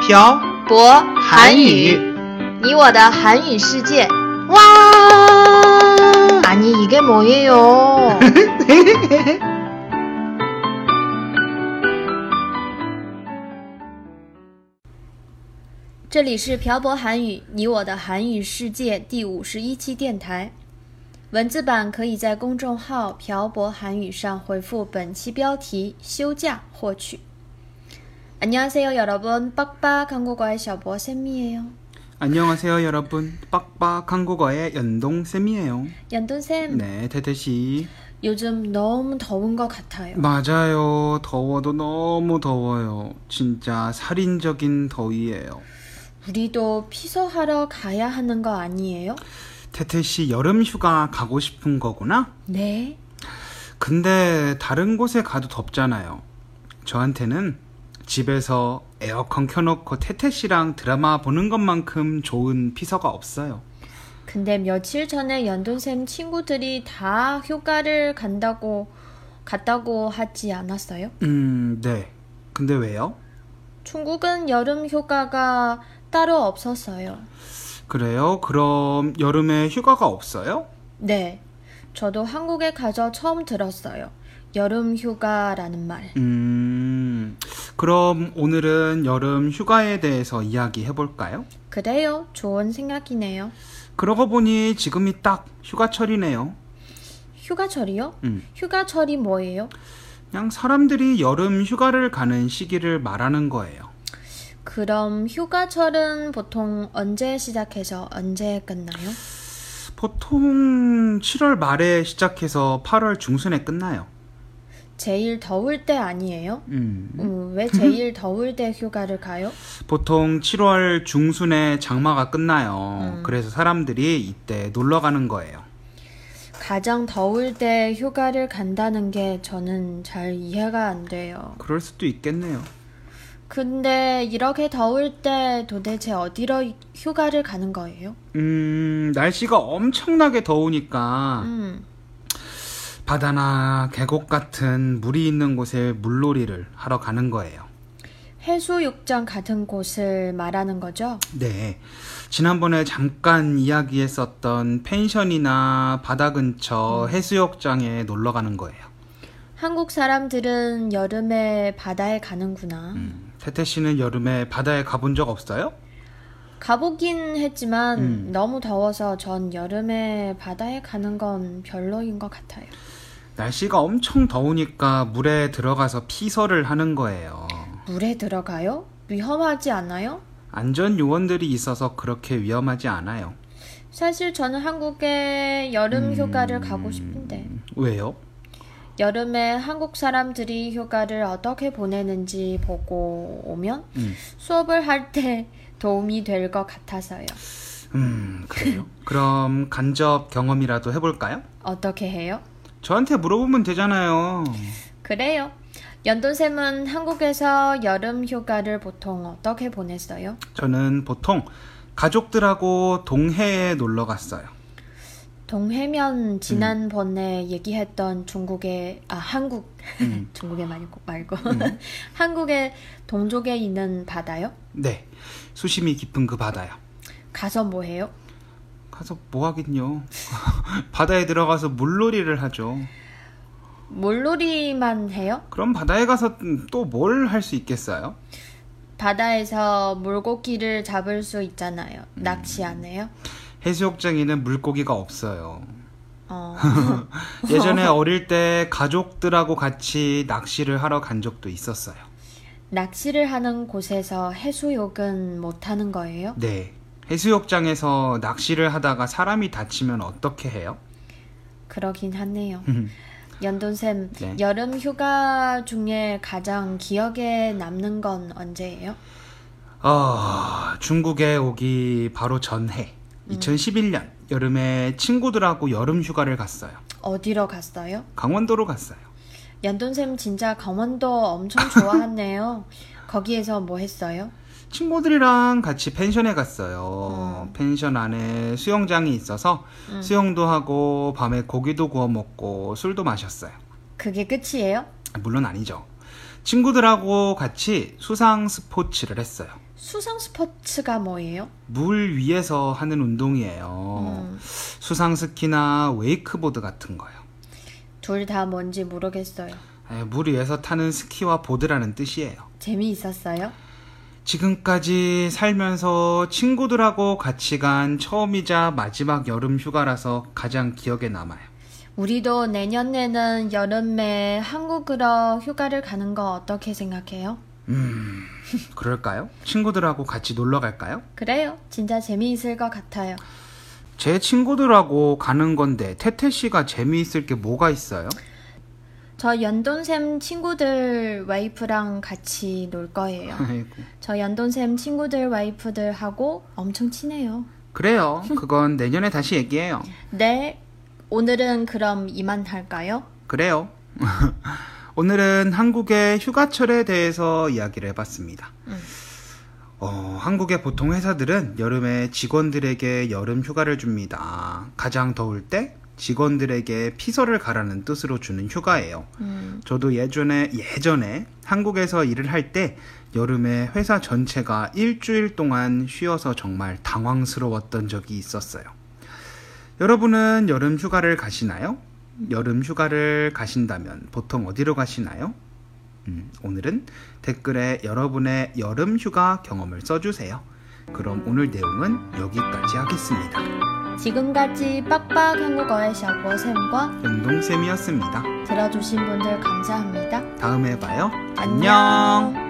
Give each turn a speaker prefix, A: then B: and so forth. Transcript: A: 漂
B: 博
A: 韩
B: 韩语，你我的韩语世界。
A: 哇！
B: 아니 이게 뭐예요?这里是漂泊韩语，你我的韩语世界第五十一期电台。文字版可以在公众号“漂泊韩语”上回复本期标题“休假”获取。안녕하세요여러분빡빡한국어의小博쌤이에요
A: 안녕하세요 여러분 빡빡 한국어의 연동 쌤이에요.
B: 연돈 쌤,
A: 네 태태 씨
B: 요즘 너무 더운 것 같아요.
A: 맞아요 더워도 너무 더워요 진짜 살인적인 더위예요.
B: 우리도 피서하러 가야 하는 거 아니에요?
A: 태태 씨 여름 휴가 가고 싶은 거구나.
B: 네.
A: 근데 다른 곳에 가도 덥잖아요. 저한테는 집에서 에어컨 켜놓고 태태 씨랑 드라마 보는 것만큼 좋은 피서가 없어요.
B: 근데 며칠 전에 연돈쌤 친구들이 다 휴가를 간다고 갔다고 하지 않았어요?
A: 음, 네. 근데 왜요?
B: 중국은 여름 휴가가 따로 없었어요.
A: 그래요? 그럼 여름에 휴가가 없어요?
B: 네. 저도 한국에 가서 처음 들었어요. 여름 휴가라는 말.
A: 음, 그럼 오늘은 여름 휴가에 대해서 이야기해 볼까요?
B: 그래요. 좋은 생각이네요.
A: 그러고 보니 지금이 딱 휴가철이네요.
B: 휴가철이요?
A: 음.
B: 휴가철이 뭐예요?
A: 그냥 사람들이 여름 휴가를 가는 시기를 말하는 거예요.
B: 그럼 휴가철은 보통 언제 시작해서 언제 끝나요?
A: 보통 7월 말에 시작해서 8월 중순에 끝나요.
B: 제일 더울 때 아니에요?
A: 음.
B: 음, 왜 제일 더울 때 휴가를 가요?
A: 보통 7월 중순에 장마가 끝나요. 그래서 사람들이 이때 놀러 가는 거예요.
B: 가장 더울 때 휴가를 간다는 게 저는 잘 이해가 안 돼요.
A: 그럴 수도 있겠네요.
B: 근데 이렇게 더울 때 도대체 어디로 휴가를 가는 거예요?
A: 음, 날씨가 엄청나게 더우니까
B: 음,
A: 바다나 계곡 같은 물이 있는 곳에 물놀이를 하러 가는 거예요.
B: 해수욕장 같은 곳을 말하는 거죠?
A: 네. 지난번에 잠깐 이야기했었던 펜션이나 바다 근처 해수욕장에 놀러 가는 거예요.
B: 한국 사람들은 여름에 바다에 가는구나.
A: 음, 태태 씨는 여름에 바다에 가본 적 없어요?
B: 가보긴 했지만 너무 더워서 전 여름에 바다에 가는 건 별로인 것 같아요.
A: 날씨가 엄청 더우니까 물에 들어가서 피서를 하는 거예요.
B: 물에 들어가요? 위험하지 않아요?
A: 안전 요원들이 있어서 그렇게 위험하지 않아요.
B: 사실 저는 한국에 여름 휴가를 가고 싶은데
A: 음. 왜요?
B: 여름에 한국 사람들이 휴가를 어떻게 보내는지 보고 오면
A: 음.
B: 수업을 할 때 도움이 될 것 같아서요.
A: 음, 그래요. 그럼 간접 경험이라도 해볼까요?
B: 어떻게 해요?
A: 저한테 물어보면 되잖아요.
B: 그래요. 연돈쌤은 한국에서 여름 휴가를 보통 어떻게 보냈어요?
A: 저는 보통 가족들하고 동해에 놀러 갔어요.
B: 동해면 지난번에 얘기했던 중국의 아 한국 중국의 말고 말고 한국의 동쪽에 있는 바다요?
A: 네. 수심이 깊은 그 바다요.
B: 가서 뭐 해요?
A: 가서 뭐 하긴요. 바다에 들어가서 물놀이를 하죠.
B: 물놀이만 해요?
A: 그럼 바다에 가서 또 뭘 할 수 있겠어요?
B: 바다에서 물고기를 잡을 수 있잖아요. 낚시 안 해요?
A: 해수욕장에는 물고기가 없어요.
B: 어,
A: 예전에 어릴 때 가족들하고 같이 낚시를 하러 간 적도 있었어요.
B: 낚시를 하는 곳에서 해수욕은 못 하는 거예요?
A: 네. 해수욕장에서 낚시를 하다가 사람이 다치면 어떻게 해요?
B: 그러긴 하네요. 연돈쌤,
A: 네.
B: 여름 휴가 중에 가장 기억에 남는 건 언제예요?
A: 어, 중국에 오기 바로 전해 2011년 여름에 친구들하고 여름 휴가를 갔어요.
B: 어디로 갔어요?
A: 강원도로 갔어요.
B: 연돈쌤 진짜 강원도 엄청 좋아하네요. 거기에서 뭐 했어요?
A: 친구들이랑 같이 펜션에 갔어요. 펜션 안에 수영장이 있어서 수영도 하고 밤에 고기도 구워 먹고 술도 마셨어요.
B: 그게 끝이에요?
A: 물론 아니죠. 친구들하고 같이 수상 스포츠를 했어요.
B: 수상 스포츠가 뭐예요?
A: 물 위에서 하는 운동이에요.
B: 음.
A: 수상 스키나 웨이크보드 같은 거요.
B: 둘 다 뭔지 모르겠어요.
A: 에, 물 위에서 타는 스키와 보드라는 뜻이에요.
B: 재미있었어요?
A: 지금까지 살면서 친구들하고 같이 간 처음이자 마지막 여름 휴가라서 가장 기억에 남아요.
B: 우리도 내년에는 여름에 한국으로 휴가를 가는 거 어떻게 생각해요?
A: 음, 그럴까요? 친구들하고 같이 놀러 갈까요?
B: 그래요. 진짜 재미있을 것 같아요.
A: 제 친구들하고 가는 건데 태태 씨가 재미있을 게 뭐가 있어요?
B: 저 연돈샘 친구들 와이프랑 같이 놀 거예요.
A: 아이고.
B: 저 연돈샘 친구들 와이프들하고 엄청 친해요.
A: 그래요. 그건 내년에 다시 얘기해요.
B: 네. 오늘은 그럼 이만 할까요?
A: 그래요. 오늘은 한국의 휴가철에 대해서 이야기를 해봤습니다. 어, 한국의 보통 회사들은 여름에 직원들에게 여름 휴가를 줍니다. 가장 더울 때 직원들에게 피서를 가라는 뜻으로 주는 휴가예요. 저도 예전에 예전에 한국에서 일을 할 때 여름에 회사 전체가 일주일 동안 쉬어서 정말 당황스러웠던 적이 있었어요. 여러분은 여름 휴가를 가시나요? 여름 휴가를 가신다면 보통 어디로 가시나요? 음, 오늘은 댓글에 여러분의 여름 휴가 경험을 써주세요. 그럼 오늘 내용은 여기까지 하겠습니다.
B: 지금까지 빡빡 한국어의 샤궈쌤과
A: 연동쌤이었습니다.
B: 들어주신 분들 감사합니다.
A: 다음에 봐요. 안녕.